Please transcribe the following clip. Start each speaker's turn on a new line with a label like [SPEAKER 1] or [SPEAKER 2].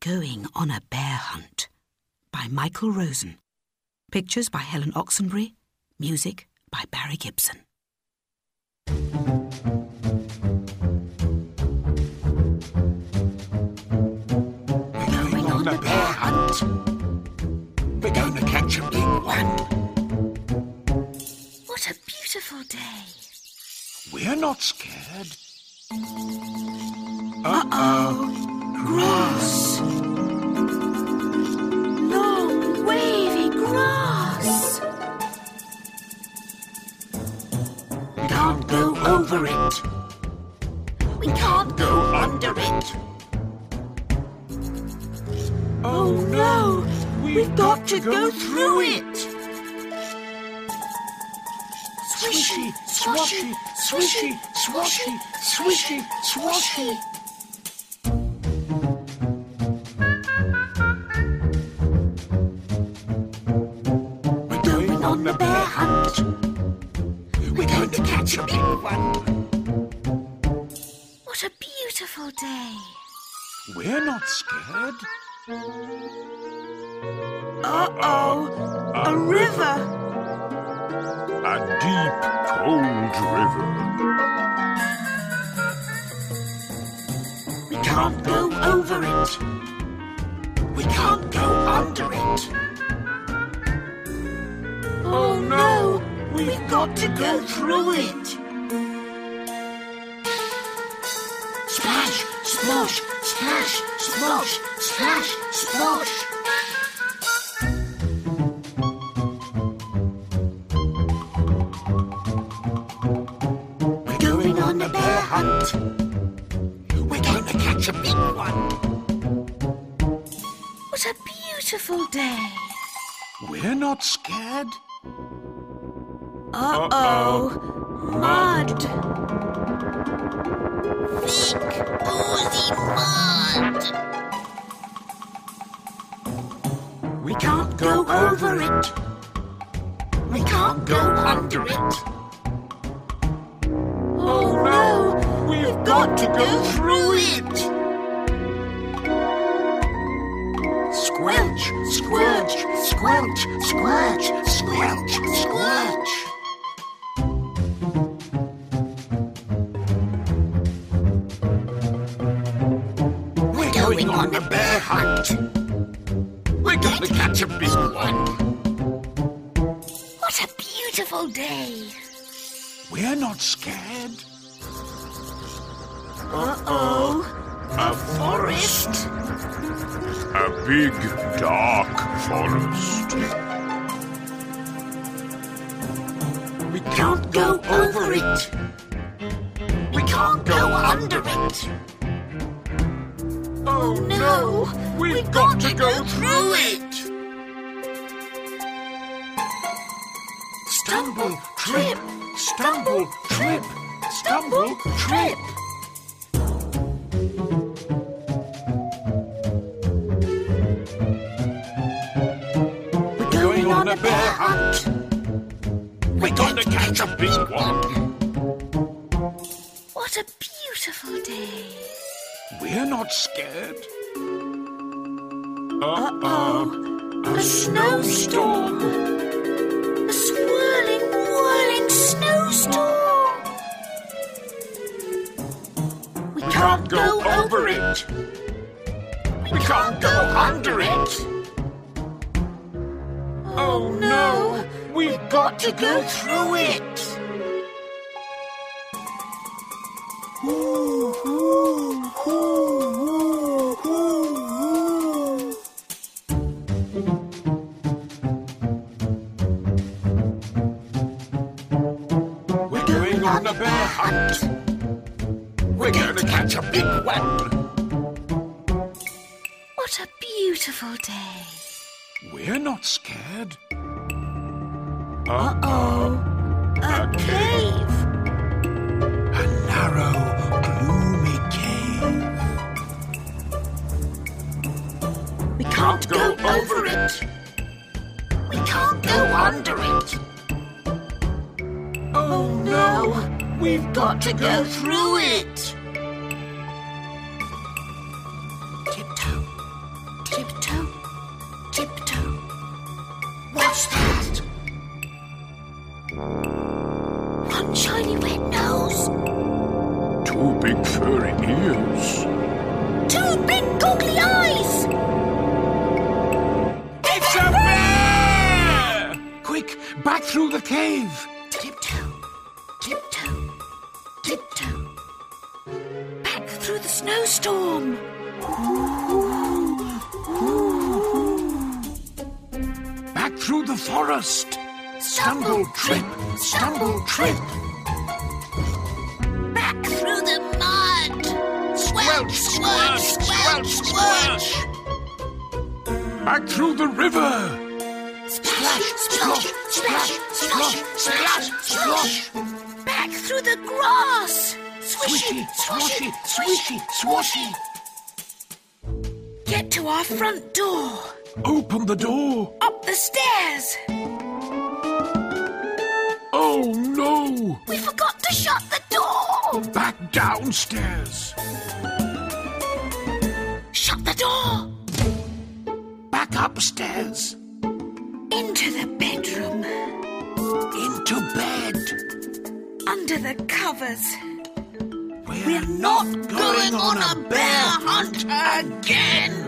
[SPEAKER 1] Going on a Bear Hunt by Michael Rosen. Pictures by Helen Oxenbury. Music by Barry Gibson.
[SPEAKER 2] We're going on a bear hunt. We're going to catch a big one.
[SPEAKER 3] What a beautiful day.
[SPEAKER 2] We're not scared. Uh oh. Grass.
[SPEAKER 3] Long, wavy grass.
[SPEAKER 2] Can't go over it.
[SPEAKER 3] We can't go.
[SPEAKER 2] Go under it.
[SPEAKER 3] Oh no! We've got to go through it!
[SPEAKER 2] Swishy, swashy, swishy, swashy, swishy, swashy. We're going on the bear hunt. We're going to catch a big one.
[SPEAKER 3] What a beautiful day.
[SPEAKER 2] We're not scared.
[SPEAKER 3] Uh oh! A river!
[SPEAKER 2] A deep, cold river. We can't go over it. We can't go under it.
[SPEAKER 3] Oh no! We've got to go through it!
[SPEAKER 2] Splash, splosh, splash, splosh, splash, splosh. We're going on a bear hunt. We're going to catch a big one.
[SPEAKER 3] What a beautiful day!
[SPEAKER 2] We're not scared.
[SPEAKER 3] Uh oh! Mud! Thick, oozy mud!
[SPEAKER 2] We can't go over it. We can't go under it.
[SPEAKER 3] Oh no!
[SPEAKER 2] We've got to go through it. Squelch, squelch, squelch, squelch, squelch, squelch. We're going on a bear hunt. We're going to catch a big one.
[SPEAKER 3] What a beautiful day!
[SPEAKER 2] We're not scared.
[SPEAKER 3] Uh oh!
[SPEAKER 2] A forest. A big, dark forest. We can't go over it. We can't go under it.
[SPEAKER 3] Oh no!
[SPEAKER 2] We've got to go through it. Stumble, trip, stumble, trip, stumble, trip. We're going on a bear hunt. We're going to catch a big one.
[SPEAKER 3] What a beautiful day!
[SPEAKER 2] We're not scared.
[SPEAKER 3] A snowstorm! A swirling, whirling snowstorm! We
[SPEAKER 2] can't go over it. We can't go under it. Oh no! We've got to go through it. Ooh, ooh, ooh, ooh, ooh, ooh. We're going on a bear hunt. We're going to catch a big one.
[SPEAKER 3] What a beautiful day!
[SPEAKER 2] We're not scared.
[SPEAKER 3] A cave!
[SPEAKER 2] A narrow, gloomy cave.
[SPEAKER 3] We
[SPEAKER 2] Can't go over it.
[SPEAKER 3] We can't
[SPEAKER 2] Go under it. Oh no! We've got to go through it.
[SPEAKER 1] Tiptoe,
[SPEAKER 2] nose.
[SPEAKER 3] Two big googly eyes!
[SPEAKER 2] It's a bear! Quick, back through the cave.
[SPEAKER 3] Tiptoe, tiptoe, tiptoe. Back through the snowstorm.
[SPEAKER 2] Back through the forest. Stumble, trip, stumble, trip.
[SPEAKER 3] Back through the mud. Squelch, squelch, squelch, squelch.
[SPEAKER 2] Back through the river.
[SPEAKER 3] Splash,
[SPEAKER 2] Splosh, splash, splosh, splash, splosh.
[SPEAKER 3] Back through the grass. Swishy,
[SPEAKER 2] Swishy,
[SPEAKER 3] swishy,
[SPEAKER 2] swashy,
[SPEAKER 3] swishy.
[SPEAKER 2] swishy, swashy.
[SPEAKER 3] Get to our front door.
[SPEAKER 2] Open the door.
[SPEAKER 3] Up the stairs.
[SPEAKER 2] Oh no!
[SPEAKER 3] We forgot to shut the door.
[SPEAKER 2] Back downstairs.
[SPEAKER 3] Shut the door.
[SPEAKER 2] Back upstairs.
[SPEAKER 3] Into the bedroom.
[SPEAKER 2] Into bed.
[SPEAKER 3] Under the covers.
[SPEAKER 2] We're,
[SPEAKER 3] We're not going on a bear hunt again.